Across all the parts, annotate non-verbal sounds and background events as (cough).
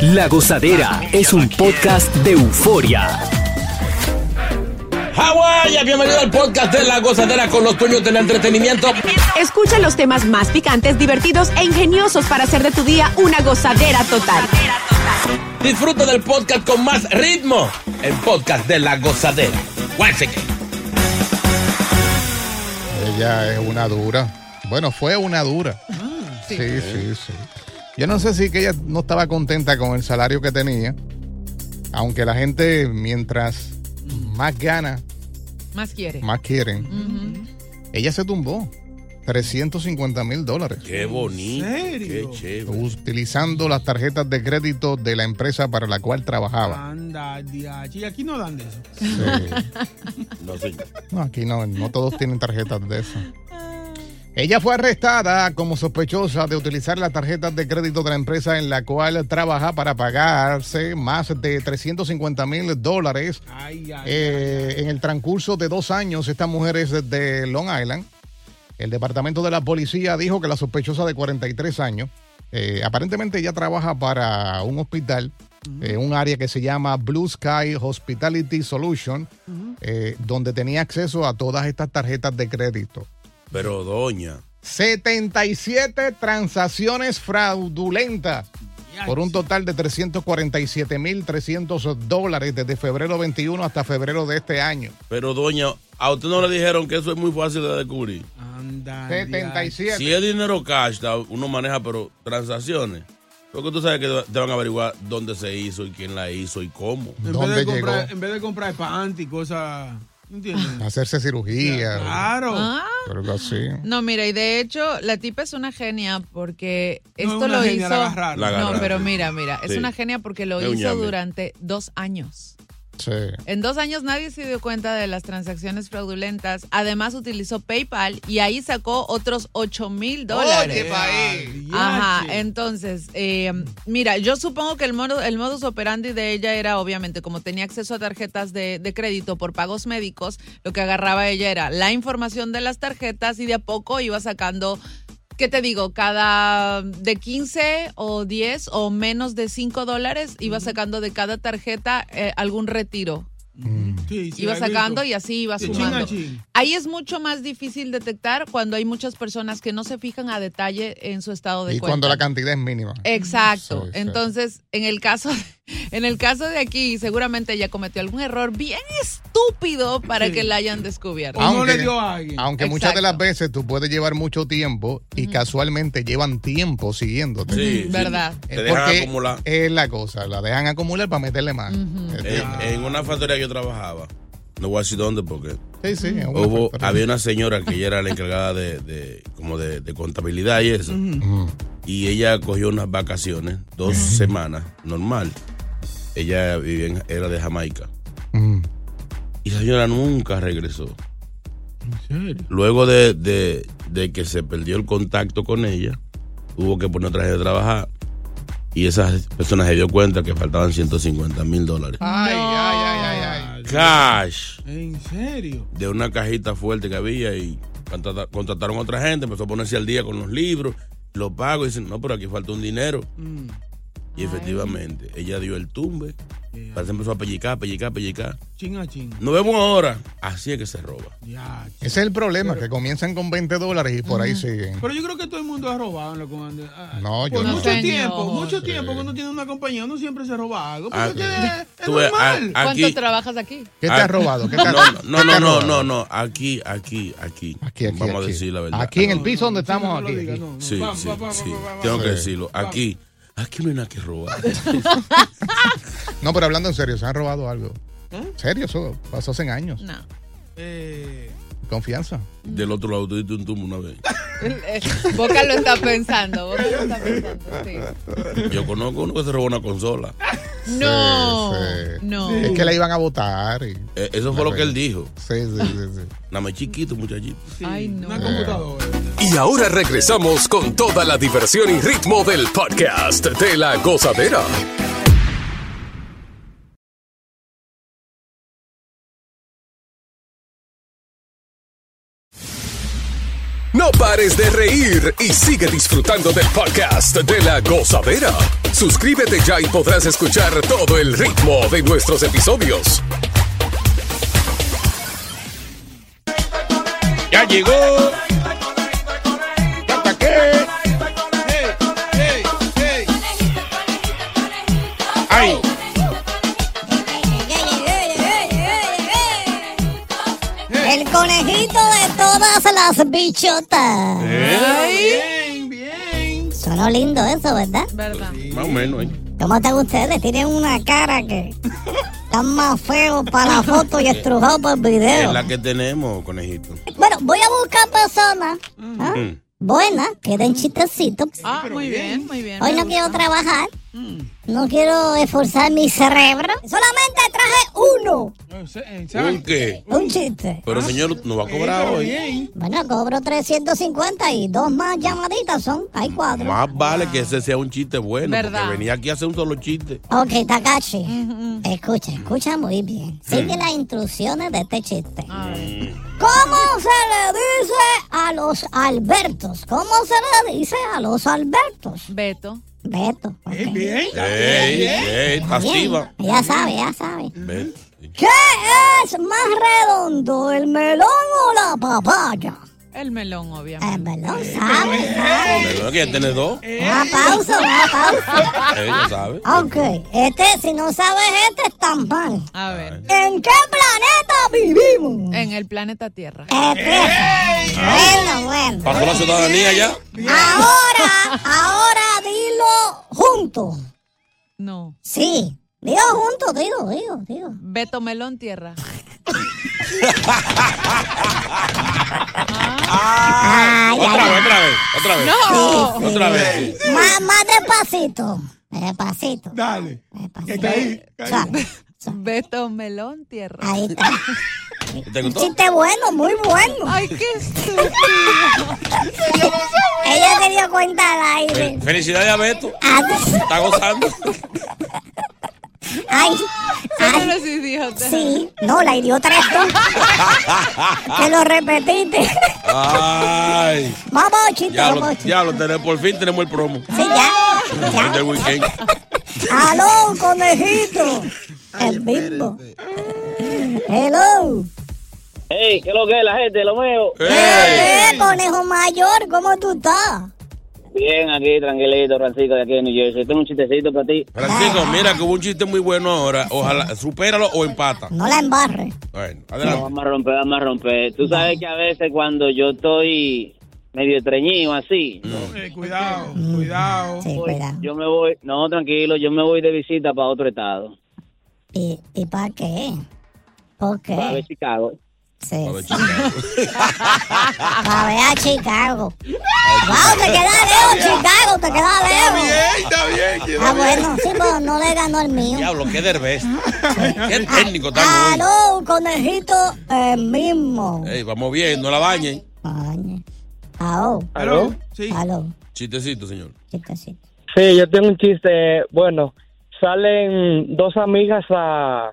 La Gozadera es un podcast de euforia. Hawái, bienvenido al podcast de La Gozadera con los dueños del entretenimiento. Escucha los temas más picantes, divertidos e ingeniosos para hacer de tu día una gozadera total. Disfruta del podcast con más ritmo. El podcast de La Gozadera. Guáchate. Ella es una dura. Bueno, fue una dura. sí, sí, sí, Yo no sé si que ella no estaba contenta con el salario que tenía. Aunque la gente, mientras más gana, Más quiere. más quieren. Ella se tumbó 350 mil dólares Qué bonito. Qué chévere. utilizando las tarjetas de crédito de la empresa para la cual trabajaba. Anda, diachi. Aquí no dan de eso. No, sí. No, aquí no, no todos tienen tarjetas de eso. Ella fue arrestada como sospechosa de utilizar las tarjetas de crédito de la empresa en la cual trabaja para pagarse más de 350 mil dólares. Ay, ay. Eh, en el transcurso de dos años, esta mujer es de- de Long Island. El departamento de la policía dijo que la sospechosa de 43 años, eh, aparentemente ella trabaja para un hospital, eh, un área que se llama Blue Sky Hospitality Solution, eh, donde tenía acceso a todas estas tarjetas de crédito. Pero doña. 77 transacciones fraudulentas por un total de 347.300 dólares desde febrero 21 hasta febrero de este año. Pero doña, a usted no le dijeron que eso es muy fácil de descubrir. Anda, diache. 77. Si es dinero cash, ta- uno maneja, pero transacciones. Porque tú sabes que te van a averiguar dónde se hizo y quién la hizo y cómo. En ¿Dónde vez de comprar, llegó? Ah, en vez de comprar panty, cosas. ¿Entiendes? Hacerse cirugía. Claro. Ah, Pero algo así. no, mira, y de hecho, la tipa es una genia porque No es esto una lo genia, hizo. la agarraron. La no, agarraron, pero sí. mira, mira, es Sí. una genia porque lo Es hizo un ñame. durante dos años. Sí. En dos años nadie se dio cuenta de las transacciones fraudulentas. Además, utilizó PayPal y ahí sacó otros 8 mil dólares. país. Ajá, entonces, eh, mira, yo supongo que el, modo, el modus operandi de ella era, obviamente, como tenía acceso a tarjetas de, de crédito por pagos médicos, lo que agarraba ella era la información de las tarjetas y de a poco iba sacando, ¿qué te digo? Cada de 15 o 10 o menos de 5 dólares iba sacando de cada tarjeta eh, algún retiro. Iba sacando y así iba De chin a sumando. chin. Ahí es mucho más difícil detectar cuando hay muchas personas que no se fijan a detalle en su estado de Y cuenta. cuando la cantidad es mínima. Exacto. Sí, sí. Entonces, en el caso, (laughs) en el caso de aquí, seguramente ella cometió algún error bien estúpido para Sí. que la hayan descubierto. O Ah, no le dio a alguien. aunque muchas de las Exacto. veces tú puedes llevar mucho tiempo y casualmente llevan tiempo siguiéndote. Sí, sí. ¿Verdad? Te Eh, dejan porque acumular. Es la cosa, la dejan acumular para meterle más. Eh, en una factoría que yo trabajaba, no voy a decir dónde porque Sí, sí. es una hubo, factoría. había una señora que ella era la encargada de, de- como de, de contabilidad y eso. Y ella cogió unas vacaciones, dos semanas, normal. Ella vivía en- era de Jamaica. Mm. Y la señora nunca regresó. Luego de, de- de que se perdió el contacto con ella, hubo que poner otra gente a trabajar. Y esas personas se dio cuenta que faltaban 150 mil dólares. Ay, ay, ay, ay, ay. Cash ¿En serio? de una cajita fuerte que había y contrata- contrataron a otra gente, empezó a ponerse al día con los libros, los pagos, y dicen, no, pero aquí falta un dinero. Mm. Y efectivamente, ella dio el tumbe, Yeah. parece que empezó a pellicar, pellicar, pellicar. Chin a chin. Nos vemos ahora. Así es que se (laughs) roba. Diache. Ese es el problema, que comienzan con 20 dólares y por ahí siguen. Pero yo creo que todo el mundo ha robado. en la comand- ah, No, yo Por no. mucho No, tiempo, señor. mucho Sí. tiempo que uno tiene una compañía, uno siempre se roba algo. Porque Ah, es que es, es tú ves, normal. ah, ¿Cuánto aquí- trabajas aquí? ¿Qué te Ah, has robado? ¿Qué te No, has- no, no, ¿qué te no, has no, robado? no, no. Aquí, aquí, aquí. Aquí, aquí, Vamos aquí. a decir la verdad. Aquí en el No, piso no, donde sí, estamos no lo aquí, diga, aquí. no, no. Sí, Va, sí, va, va, sí. va, va, va. Tengo que Sí. decirlo. Aquí, aquí no hay nada que robar. No, pero hablando en serio, se han robado algo. ¿En serio? Eso pasó hace años. No. (laughs) Eh, Confianza. Del otro lado, tú diste un tumbo una vez. Eh, Boca lo está pensando. Boca lo está pensando. sí. Yo conozco uno que se robó una consola. No. Sí, sí. No. Es que la iban a votar. y- Eh, Eso fue lo que él dijo. Sí, sí, sí, sí. Nada más chiquito, muchachito. sí, Ay, no. Una computadora. Y ahora regresamos con toda la diversión y ritmo del podcast de La Gozadera. No No pares de reír y sigue disfrutando del podcast de la gozadera. Suscríbete ya y podrás escuchar todo el ritmo de nuestros episodios. Ya llegó. ¿Hasta qué? ¡Ay! El conejito de todas las bichotas. Bien, bien. Sonó lindo eso, ¿verdad? ¿Verdad? Más o menos, ¿eh? ¿Cómo están ustedes? Tienen una cara que están más feos para la foto y estrujados para el Es video. la que tenemos, conejito. Bueno, voy a buscar personas ¿ah? Mm. buenas que den chistecitos. Ah, muy bien, muy bien. Hoy no quiero trabajar. No quiero esforzar mi cerebro. Solamente traje uno. Eh, se- eh, ¿Por ¿saben? qué? Un chiste. Pero señor, nos va a cobrar Pero hoy. bien. Bueno, cobro 350 y dos más llamaditas son. Hay cuatro. Más vale que ese sea un chiste bueno. ¿Verdad? Porque venía aquí a hacer un solo chiste. Ok, Takashi. Escucha, escucha muy bien. Sigue las instrucciones de este chiste. ¿Cómo se le dice a los Albertos? ¿Cómo se le dice a los Albertos? Beto. Beto. ok. Eh, bien. ¡Ey! ¡Ey! Está bien. ¡Pasiva! Ya sabe, ya sabe. Ve. ¿Qué es más redondo, el melón o la papaya? El melón, obviamente. El melón, sabe, sabe. Pero es que ya tiene dos. Una pausa, una pausa. Ella sabe. Ok, este, si no sabes este, es tan mal. A ver. ¿En qué planeta vivimos? En el planeta Tierra. Este. Bueno, bueno. Pasó la ciudadanía ya. Ahora, ahora dilo junto. No. Sí. Dilo junto, dilo, dilo, dilo. Beto (laughs) Melón Tierra. Ay, ay, Otra vez, otra vez, otra vez. ¡No! Otra vez. ay. Más, más despacito. Despacito. Dale. Despacito. Está ahí. Suave. Beto Melón Tierra. Ahí está. ¿Te Un gustó? chiste bueno, muy bueno. Ay, qué estúpido. Ella se dio cuenta al aire. Felicidades a Beto. Ay, Está gozando. ay, Son los idiotas. sí. No, la idiota eres tú. Que lo repetiste. (laughs) Ay. Vamos, chiste, Ya lo, vamos, chiste. ya lo tenemos. Por fin tenemos el promo. Sí, ya. Ya. Del weekend. ¡Aló, conejito! El mismo. ¡Hello! Ey, ¿qué es lo que es la gente? Lo mío. ¡Ey! ¡Eh, conejo mayor! ¿Cómo tú estás? Bien, aquí, tranquilito, Francisco, de aquí de New Jersey. Tengo un chistecito para ti. Francisco, mira que hubo un chiste muy bueno ahora. Ojalá, supéralo o empata. No la embarres. Bueno, No, adelante. vamos a romper, vamos a romper. Tú sabes que a veces cuando yo estoy medio estreñido así, Eh, cuidado, cuidado. Sí, voy- cuidado. yo me voy, no, tranquilo, yo me voy de visita para otro estado, ¿Y, y para qué? ¿Por para ver qué? Chicago. Sí, A ver, sí. chico. (laughs) Para ver a Chicago. ¡Wow! ¡Te queda lejos, Chicago! ¡Te queda lejos! Ey, está bien. que- Ah, bueno, sí, pero no le ganó el mío. Diablo, qué derbez. Qué Ah. técnico tan bueno. ¡Aló, conejito! El mismo. Ey, vamos bien, no la bañen. Ay, ¡Aló! ¿Aló? Sí. ¡Aló! Chistecito, señor. Chistecito. Sí, yo tengo un chiste. Bueno, salen dos amigas a,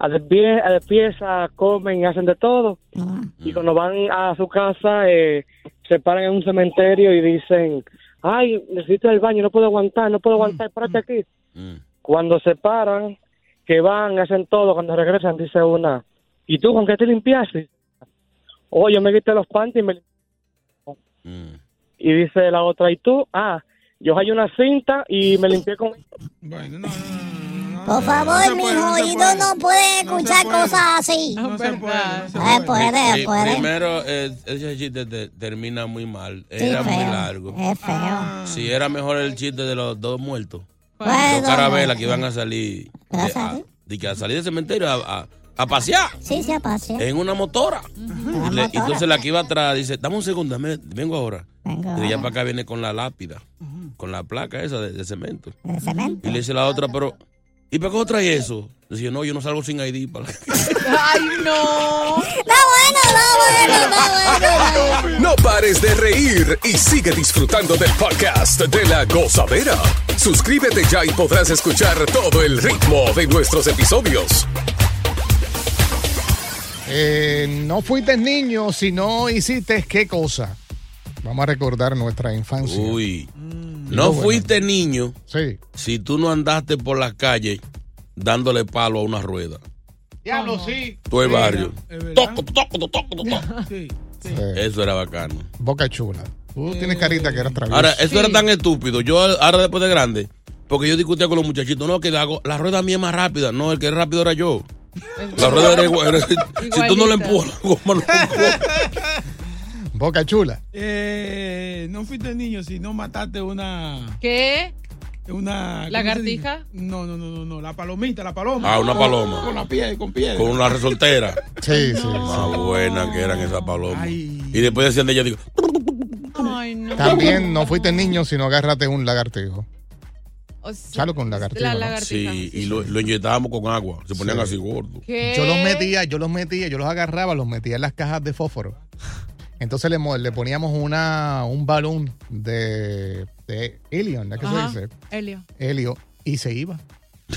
a, de pie- a de pieza, comen, hacen de todo. Ah. Y cuando van a su casa, eh, se paran en un cementerio y dicen, ay, necesito el baño, no puedo aguantar, no puedo aguantar, párate aquí. Mm. Cuando se paran, que van, hacen todo, cuando regresan, dice una, ¿y tú con qué te limpiaste? Oh, yo me quité los panties y me Mm. y dice la otra, ¿y tú? Ah, yo hay una cinta y me limpié con... Bueno, no, no, no, no, no, Por no, favor, no se mis puede, no se oídos no Ah, pueden No se escuchar puede. cosas así. No se puede, no se No se puede. puede, Pri- puede. eh, Primero, eh, ese chiste te- termina muy mal. Sí, Era muy feo. largo. Es feo. Si era mejor el chiste de los dos muertos. Puedo. Dos carabelas que iban a salir. ¿Que a de- a, salir? de que a salir del cementerio a, a- a pasear Sí, se apacia. en una motora. Y le- motora. entonces la que iba atrás dice, dame un segundo, dame- vengo ahora. Venga, Y ella para vamos. acá viene con la lápida, con la placa esa de, de cemento. El cemento. Y le dice la otra, pero, ¿y para qué trae eso? Dice, yo, no, yo no salgo sin ID. Para... Ay, no. No, bueno, no, bueno, no, bueno. no. No pares de reír y sigue disfrutando del podcast de la gozadera. Suscríbete ya y podrás escuchar todo el ritmo de nuestros episodios. Eh, no fuiste niño si no hiciste qué cosa. Vamos a recordar nuestra (laughs) infancia. Uy. Lo No bueno. fuiste niño Sí. si tú no andaste por las calles dándole palo a una rueda. Diablo, sí. Todo el barrio. Toco, toco, toco, toco. (laughs) Sí. Eso era bacano. Boca chula. Tú Eh. tienes carita que eras travieso. Ahora, eso Sí. era tan estúpido. Yo ahora después de grande, porque yo discutía con los muchachitos, no, que la, go- la rueda mía es más rápida. No, el que es rápido era yo. La rueda era igual. era- si tú no Igualita. le empujas, la goma no Boca chula. Eh, no fuiste niño si no mataste una. (laughs) ¿Qué? una ¿cómo ¿Lagartija? se dice? No, no, no, no, no, la palomita, la paloma. Ah, una paloma. Con la piel, con piel. con una resoltera. Sí, sí. Más buena que eran esas palomas. Ay. Y después decían de ella, digo, "Pues Ay, no. También no fuiste niño, sino agárrate un lagartijo. O sea, Salo con lagartija, La ¿no? lagartija. sí, y lo, lo inyectábamos con agua. Se ponían Sí. así gordos. ¿Qué? Yo los metía, yo los metía, yo los agarraba, los metía en las cajas de fósforo. Entonces le, mo- le poníamos una, un balón de, de helium, ¿no? ¿Qué Ajá, se dice? Elio. Helio, y se iba. (laughs)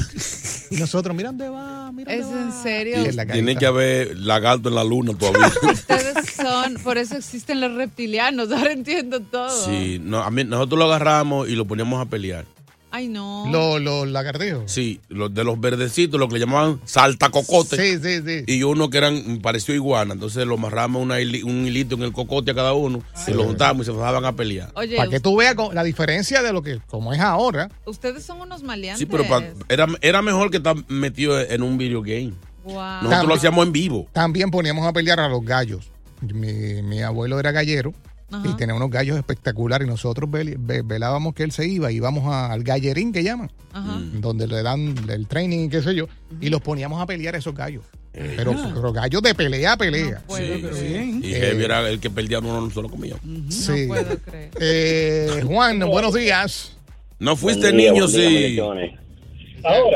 y nosotros, mira dónde va, mira ¿Es dónde en va. serio? Y en la Tiene carita. que haber lagarto en la luna (laughs) todavía. Ustedes son, por eso existen los reptilianos, ahora entiendo todo. sí, no, a mí- nosotros lo agarramos y lo poníamos a pelear. Ay, no. Los los lagartijos. Sí, los de los verdecitos, lo que le llamaban saltacocote. Sí, sí, sí. Y uno que eran, pareció iguana. Entonces lo amarramos una hili- un hilito en el cocote a cada uno. Y lo juntábamos y se bajaban a pelear. Oye, Para que tú veas co- la diferencia de lo que, como es ahora. ustedes son unos maleantes. Sí, pero pa- era, era mejor que estar metido en un video game. Guau. Nosotros lo hacíamos en vivo. También poníamos a pelear a los gallos. Mi, mi abuelo era gallero Ajá. y tenía unos gallos espectaculares. Y nosotros vel- ve- velábamos que él se iba, íbamos a- al gallerín que llaman. Ajá. mm, donde le dan el training, qué sé yo, y los poníamos a pelear esos gallos. Eh. Pero, pero gallos de pelea a pelea. Puedo Sí, creer, sí. Bien. Y Eh. heavy era el que perdía uno, no solo comía. sí. puedo creer. Eh, Juan, buenos días. No fuiste Buen día, niño, buen día, sí. bendiciones.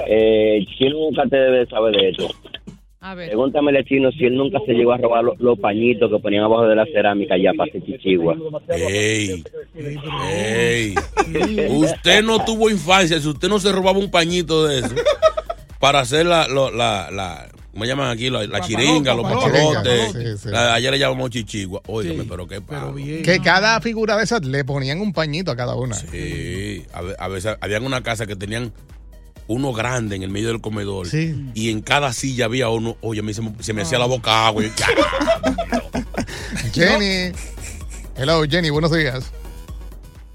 Eh, Chino nunca te debe saber de esto. A ver. Pregúntame al chino si él nunca se llegó a robar lo- los pañitos que ponían abajo de la cerámica allá para hacer chichigua. Ey, ey. Usted no tuvo infancia. Si usted no se robaba un pañito de eso para hacer la, lo- la, la ¿cómo llaman aquí? La, la Papalote, chiringa, los papalote. Sí, pachorotes. sí. La- Ayer le llamamos chichigua. Óigame, Sí, pero qué Pero palo. bien. Que cada figura de esas le ponían un pañito a cada una. Sí, a, ve- a veces habían una casa que tenían uno grande en el medio del comedor. Sí. Y en cada silla había uno. Oye, a mí se me, se me hacía la boca agua. y- Jenny. Hello, Jenny, buenos días.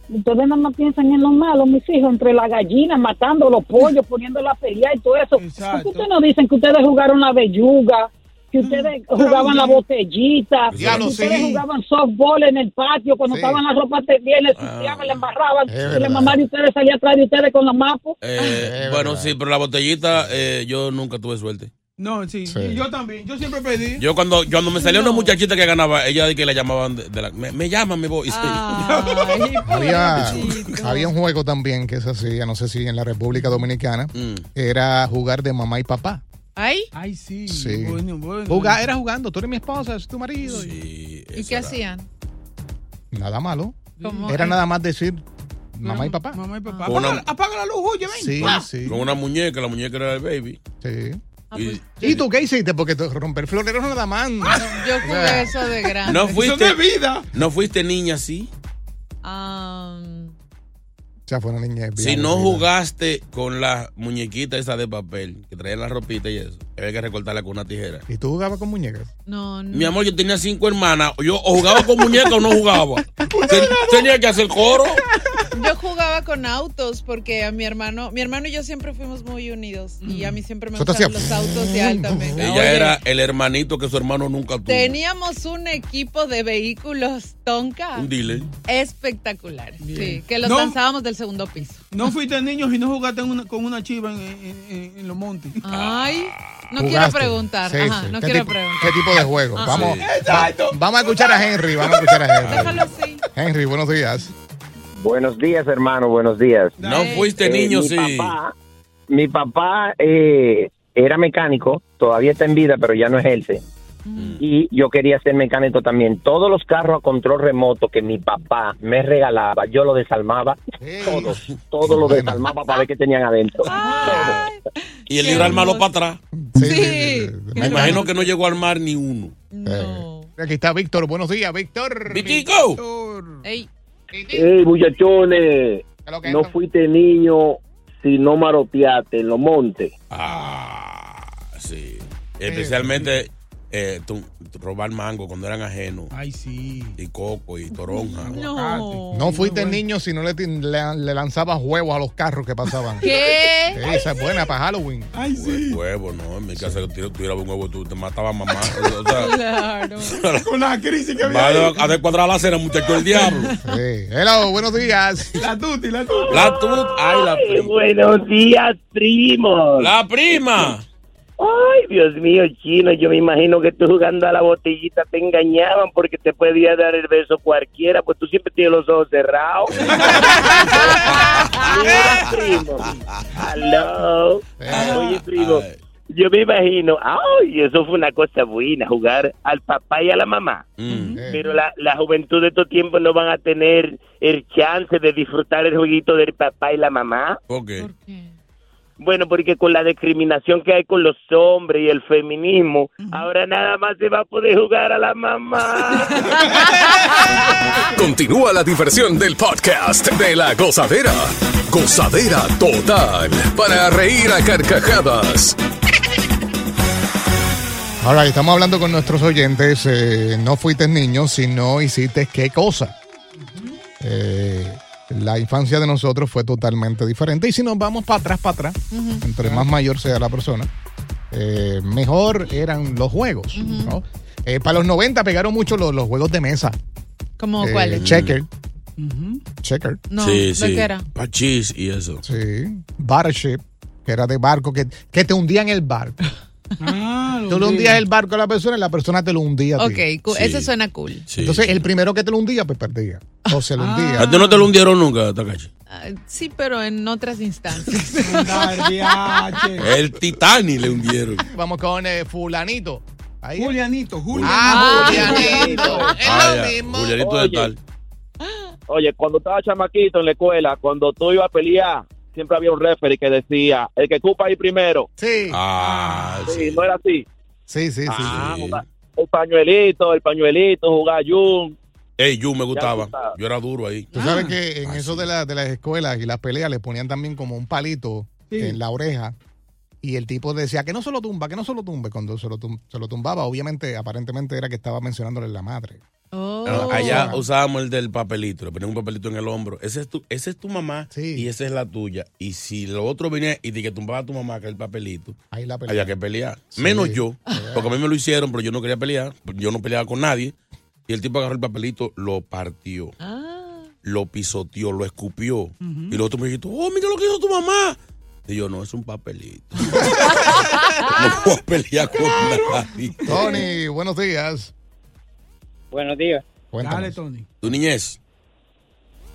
Ustedes nada más piensan en lo malo, mis hijos, entre la gallina, matando los pollos, poniéndola a pelear y todo eso. Exacto. ¿Por qué ustedes no dicen que ustedes jugaron la belluga? Que ustedes jugaban la botellita, Diablo, que ustedes sí. jugaban softball en el patio, cuando Sí. Ah, estaban la ropa tendida, y le ensuciaban, le embarraban, Es y verdad. la mamá de ustedes salía atrás de ustedes con la mapos. Eh, bueno, sí, pero la botellita eh, yo nunca tuve suerte. No, sí, Sí. y Yo también. Yo siempre pedí. Yo cuando, cuando me salió una muchachita que ganaba, ella de que la llamaban de, de la... Me, me llaman, me voy. (laughs) Sí. Ah. (laughs) Ay, Había, pobrecito. había un juego también que se hacía, no sé si en la República Dominicana, Mm. era jugar de mamá y papá. Ay, Ay, sí. Sí. Bueno, bueno. Juga- era jugando, tú eres mi esposa, es tu marido. Sí, eh, ¿y eso qué era. hacían? Nada malo. Como- Era nada más decir mamá y Mm. papá. Mamá y papá. Con una- Apaga, apaga la luz, oye, ven. Sí, sí, Con una muñeca, la muñeca era el baby. sí. Ah, Y- pues, ¿Y tú qué hiciste? Porque te- romper floreros nada más. Yo jugué eso (laughs) de grande. No ah, Eso de fuiste, vida. no fuiste niña, sí. Am, O sea, fue una niña bien Si no aburrida. jugaste con la muñequita esa de papel, que traían la ropita y eso, había que recortarla con una tijera. ¿Y tú jugabas con muñecas? no, no. Mi amor, yo tenía cinco hermanas. Yo o jugaba con muñeca o no jugaba. Ten- tenía que hacer coro. (laughs) Yo jugaba con autos porque a mi hermano, mi hermano y yo siempre fuimos muy unidos y Mm. a mí siempre me Eso te gustaron hacía- los autos de alta mega. Ella Oye, era el hermanito que su hermano nunca tuvo. Teníamos un equipo de vehículos Tonka Un dealer. espectacular, sí, que los No. lanzábamos del segundo piso. No fuiste niño y no jugaste en una- con una chiva en, en- en- en los montes. Ay, no quiero ¿Jugaste? preguntar, Sí, Ajá, sí. no ¿Qué quiero tipo- preguntar. Ah, ¿Qué tipo de juego? Vamos, Sí. Exacto. vamos a escuchar a Henry, vamos a escuchar a Henry. Déjalo así. Henry, buenos días. Buenos días, hermano, buenos días. No Dale. fuiste Eh, niño, mi sí. Papá, mi papá eh, era mecánico, todavía está en vida, pero ya no ejerce. Mm. Y yo quería ser mecánico también. Todos los carros a control remoto que mi papá me regalaba, yo los desarmaba. Hey. Todos, todos los Bueno. desarmaba para ver qué tenían adentro. Ay, Y el Qué libro armarlo hermoso. para atrás. Sí, sí, sí. Sí. Qué Me Claro. imagino que no llegó a armar ni uno. no. Eh. Aquí está Víctor, buenos días, Víctor. Vitico. Víctor. Ey. Ey, muchachones, Eh, no fuiste niño si no maroteaste en los montes. Ah, Sí. Especialmente eh, tu- tu- robar mango cuando eran ajenos. Ay, sí. Y coco y toronja. No, fuiste niño si no le, tin- le- le lanzabas huevos a los carros que pasaban. ¿Qué? (laughs) Sí, esa es buena para Halloween. Ay, sí. Huevo, no. En mi casa tú tirabas un huevo, tú te matabas mamá. O sea, Claro. Con la crisis que había. va ahí. a, a descuadrar la cena, muchacho, el diablo. Hello, buenos días. La tuti, la tuti. La tut, ay, la prima. Buenos días, primos. La prima. Ay, Dios mío, chino, yo me imagino que tú jugando a la botellita te engañaban porque te podía dar el beso cualquiera, pues tú siempre tienes los ojos cerrados. Mira, primo. Hello. Oye, primo, yo me imagino, ay, eso fue una cosa buena, jugar al papá y a la mamá. mm, Pero la, la juventud de estos tiempos no van a tener el chance de disfrutar el jueguito del papá y la mamá. ¿Por qué? Bueno, porque con la discriminación que hay con los hombres y el feminismo, ahora nada más se va a poder jugar a la mamá. Continúa la diversión del podcast de la gozadera. Gozadera total. Para reír a carcajadas. Ahora estamos hablando con nuestros oyentes. eh, no fuiste niño si no hiciste qué cosa. Eh, la infancia de nosotros fue totalmente diferente. Y si nos vamos para atrás, para atrás, entre más mayor sea la persona, eh, mejor eran los juegos. ¿no? Eh, para los 90 pegaron mucho los, los juegos de mesa. ¿Cómo Eh, cuál es? Checker. Checker. No, sí, ¿de sí. qué era? Pachís y eso. Sí. Battleship, que era de barco, que, que te hundían el barco. Tú le hundías el barco a la persona y la persona te lo hundía. a ti. Ok, cu- ese suena cool. Entonces, el primero que te lo hundía, pues perdía. O se lo hundía. ¿A ti no te lo hundieron nunca, Takachi? Ah, Sí, pero en otras instancias. (laughs) El Titanic le hundieron. Vamos con eh, Fulanito. Ahí. Julianito, Julianito. Ah, Julianito. Es lo mismo. Ah, Julianito de Oye. tal. Oye, cuando estaba chamaquito en la escuela, cuando tú ibas a pelear, siempre había un referee que decía, el que ocupa ahí primero. Sí. Ah, sí. no era así. Sí, sí, sí. Ah, jugar- El pañuelito, el pañuelito, jugar yun. Ey, yo me Ya gustaba. tú sabes. Yo era duro ahí. Tú sabes que Ah, en eso de, la- de las escuelas y las peleas le ponían también como un palito Sí. en la oreja. Y el tipo decía que no se lo tumba, que no se lo tumbe. Cuando se lo, tum- se lo tumbaba, obviamente, aparentemente era que estaba mencionándole la madre. (laughs) Oh. No, Ah, Allá usábamos el del papelito, le ponían un papelito en el hombro. Ese es tu, ese es tu mamá y esa es la tuya. Y si lo otro venía y te que tumbaba a tu mamá que el papelito, Ahí la pelea. había que pelear. Menos yo, porque a mí me lo hicieron, pero yo no quería pelear, yo no peleaba con nadie. Y el tipo agarró el papelito, lo partió, Ah. lo pisoteó, lo escupió. Y los otros me dijeron, oh, mira lo que hizo tu mamá. Y yo, no, es un (laughs) papelito. no puedo pelear con nadie. Tony, buenos días. Buenos días. Cuéntanos. Tony. Tu niñez.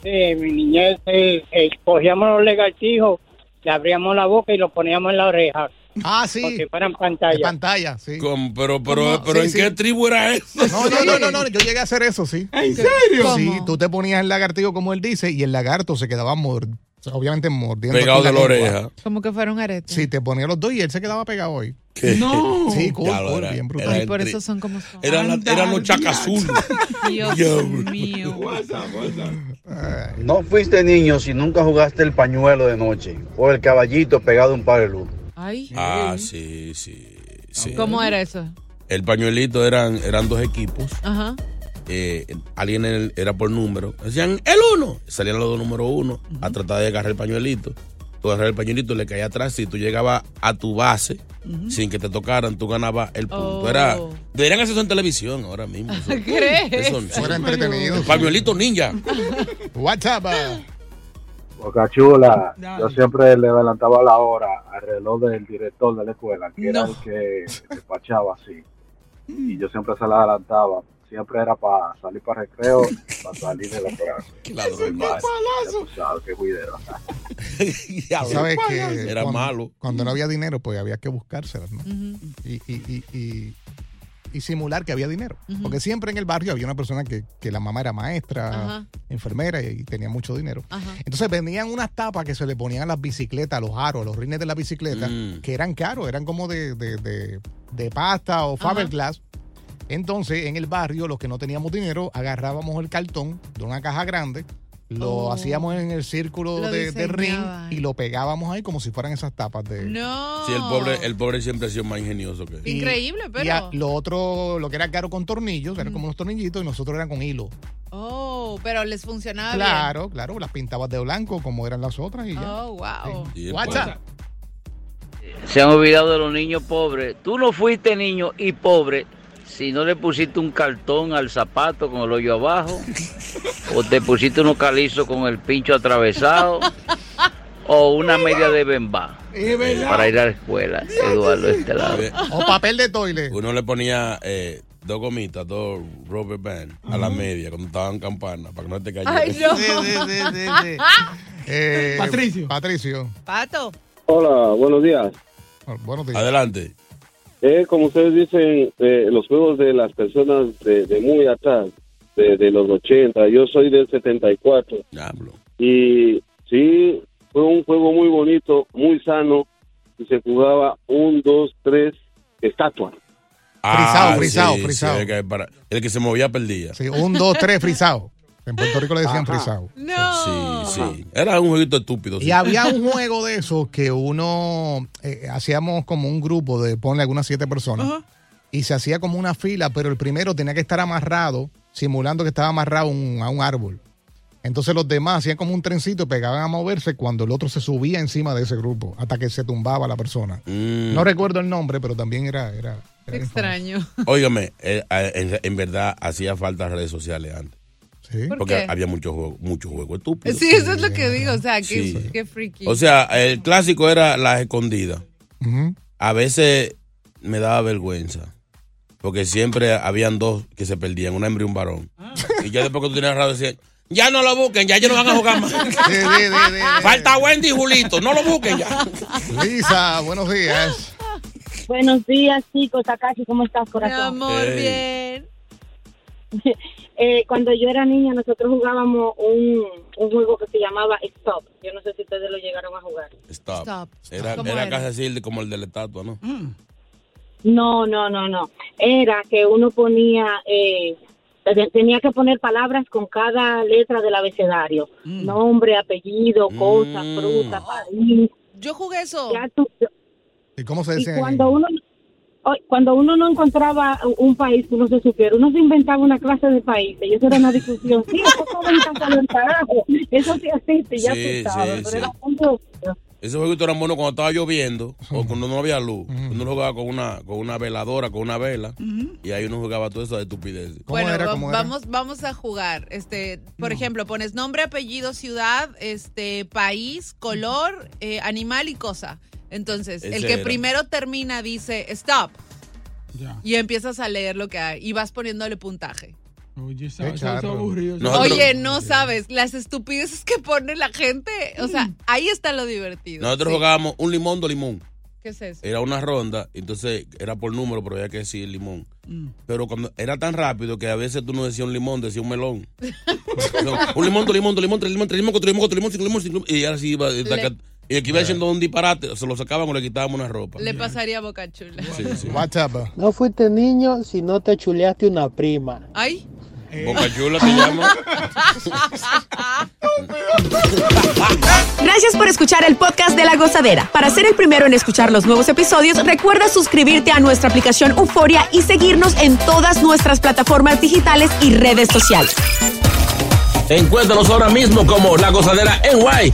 Sí, mi niñez, eh, eh, cogíamos los legartijos, le abríamos la boca y los poníamos en la oreja. Ah, sí. Porque fueran pantalla. Pantalla, sí. Con- pero, pero, pero Sí, ¿en sí. qué tribu era eso? No, no, no, no, no, yo llegué a hacer eso, sí. ¿En serio? Sí, tú te ponías el lagartijo como él dice y el lagarto se quedaba mor- o sea, obviamente mordiendo. Pegado aquí de la lengua. oreja. Como que fueron aretes. Sí, te ponía los dos y él se quedaba pegado hoy. ¿Qué? No. Sí, cool, Ya lo cool, era, bien brutal. era Ay, el por tri- eso son como son. eran, la- eran los chacazulos. Dios Yo. mío. No fuiste niño si nunca jugaste el pañuelo de noche o el caballito pegado a un par de luz. Ay, Ah, sí, sí. sí. ¿cómo era eso? El pañuelito eran, eran dos equipos. Ajá. (laughs) eh, alguien en el- era por número. Decían el uno. Salían los dos número uno a tratar de agarrar el pañuelito. Tú agarras el pañuelito, le caía atrás. Si tú llegabas a tu base sin que te tocaran, tú ganabas el punto. Oh. Era, deberían hacer eso en televisión ahora mismo. (laughs) Eso, ¿Crees? eso no. Fuera entretenido. Pañuelito ninja. WhatsApp. ah. Boca chula, Dale. yo siempre le adelantaba la hora al reloj del director de la escuela, que era No. el que despachaba así. Mm. Y yo siempre se la adelantaba. Siempre era para salir (laughs) para recreo, para salir de la clase. Qué ladrón, Ya tú sabes, qué (laughs) juidero. Diablo. Sabes que Era cuando, malo. Cuando no había dinero, pues había que buscárselas, ¿no? y, y- y- y- y simular que había dinero. Porque siempre en el barrio había una persona que, que la mamá era maestra, Ajá. Ah. enfermera y, y tenía mucho dinero. Ajá. Entonces vendían unas tapas que se le ponían a las bicicletas, a los aros, a los rines de la bicicleta, Mm. que eran caros, eran como de, de- de- de pasta o fiberglass. Entonces, en el barrio, los que no teníamos dinero, agarrábamos el cartón de una caja grande, lo Oh. hacíamos en el círculo Lo de, de ring diseñaban. y lo pegábamos ahí como si fueran esas tapas de. No. Sí, el pobre, el pobre siempre ha sido más ingenioso que Y- Increíble, pero. Mm. Y a- lo otro, lo que era caro con tornillos, eran como unos tornillitos y nosotros eran con hilo. Oh, pero les funcionaba claro, claro, las pintabas de blanco como eran las otras y bien. ya. Oh, wow. pues. WhatsApp. Se han olvidado de los niños pobres. Tú no fuiste niño y pobre si no le pusiste un cartón al zapato con el (laughs) hoyo abajo, o te pusiste unos calizos con el pincho atravesado, o una media de bembá Es verdad. para ir a la escuela. Eduardo, este lado. O papel de toile. (laughs) Uno le ponía eh, dos gomitas, dos rubber band a la media cuando estaban campanas para que no te cayera. Eh, Patricio. Pato. Hola, buenos días. Buenos días. Adelante. Eh, como ustedes dicen, eh, los juegos de las personas de, de muy atrás, de, de los 80, yo soy del 74. Y sí, fue un juego muy bonito, muy sano, y se jugaba un, dos, tres, estatua. Ah, frisado, sí, frisado. sí, el que para- el que se movía perdía. Sí, un, dos, tres, frisado. En Puerto Rico le decían frisado. Sí, sí. Era un jueguito estúpido. sí. Y (laughs) había un juego de esos que uno eh, hacíamos como un grupo de ponle algunas siete personas y se hacía como una fila, pero el primero tenía que estar amarrado, simulando que estaba amarrado un- a un árbol. Entonces los demás hacían como un trencito y pegaban a moverse cuando el otro se subía encima de ese grupo hasta que se tumbaba la persona. Mm. No recuerdo el nombre, pero también era, era Qué extraño. Óigame, eh, eh, en, en verdad hacía falta redes sociales antes. ¿Por Porque qué? había mucho juego, mucho juego estúpido. Sí, eso es lo que digo. O sea, qué, Sí. qué freaky. O sea, el clásico era las escondidas. (laughs) A veces me daba vergüenza. Porque siempre habían dos que se perdían, una hembra y un varón. Ah. Y ya después que tú tenías radio decían, ya no lo busquen, ya ellos no van a (laughs) jugar más. Falta Wendy y Julito, no lo busquen ya. Lisa, buenos días. Buenos días, chicos. Takashi, ¿cómo estás, corazón? amor, bien. Eh, cuando yo era niña, nosotros jugábamos un, un juego que se llamaba Stop. Yo no sé si ustedes lo llegaron a jugar. Stop. Stop. Era, ¿Cómo era era? casi así el de- como el de la estatua, ¿no? Mm. No, no, no, no. Era que uno ponía, eh, te- tenía que poner palabras con cada letra del abecedario. Mm. Nombre, apellido, cosa, fruta, país. Yo jugué Oh. eso. ¿Y cómo se Y decía? cuando uno, oy, cuando uno no encontraba un país que uno se supiera, uno se inventaba una clase de países. Y eso era una discusión. Sí, eso fue un caso del carajo. Eso sí existe, ya Sí, tú sabes. sí, pero sí. era un juego. Ese jueguito era bueno cuando estaba lloviendo o cuando no había luz. Uno lo jugaba con una, con una veladora, con una vela. Y ahí uno jugaba toda esa estupidez. Bueno, va- vamos, vamos a jugar. Este, por ejemplo, pones nombre, apellido, ciudad, este, país, color, eh, animal y cosa. Entonces, Ese el que era. primero termina dice stop. Y empiezas a leer lo que hay y vas poniéndole puntaje. Oye, Qué esa- eso es charro. aburrido. Oye, no sabes las estupideces que pone la gente. O sea, ahí está lo divertido. Nosotros jugábamos un limón de limón. ¿Qué es eso? Era una ronda, entonces era por número, pero había que decir limón. Pero cuando era tan rápido que a veces tú no decías un limón, decías un melón. No, un limón, dos limón, dos limón, tres limón, tres limón, cuatro limón, cuatro limón, cinco limón, cinco limón. Y así iba. Y, Le- el que iba haciendo un disparate, se lo sacaban o le quitábamos una ropa. Le pasaría a Boca Chula. Sí, sí. No fuiste niño si no te chuleaste una prima. Ay. Boca Chula te llama. Gracias por escuchar el podcast de La Gozadera. Para ser el primero en escuchar los nuevos episodios, recuerda suscribirte a nuestra aplicación Euforia y seguirnos en todas nuestras plataformas digitales y redes sociales. Encuéntranos ahora mismo como La Gozadera en Guay.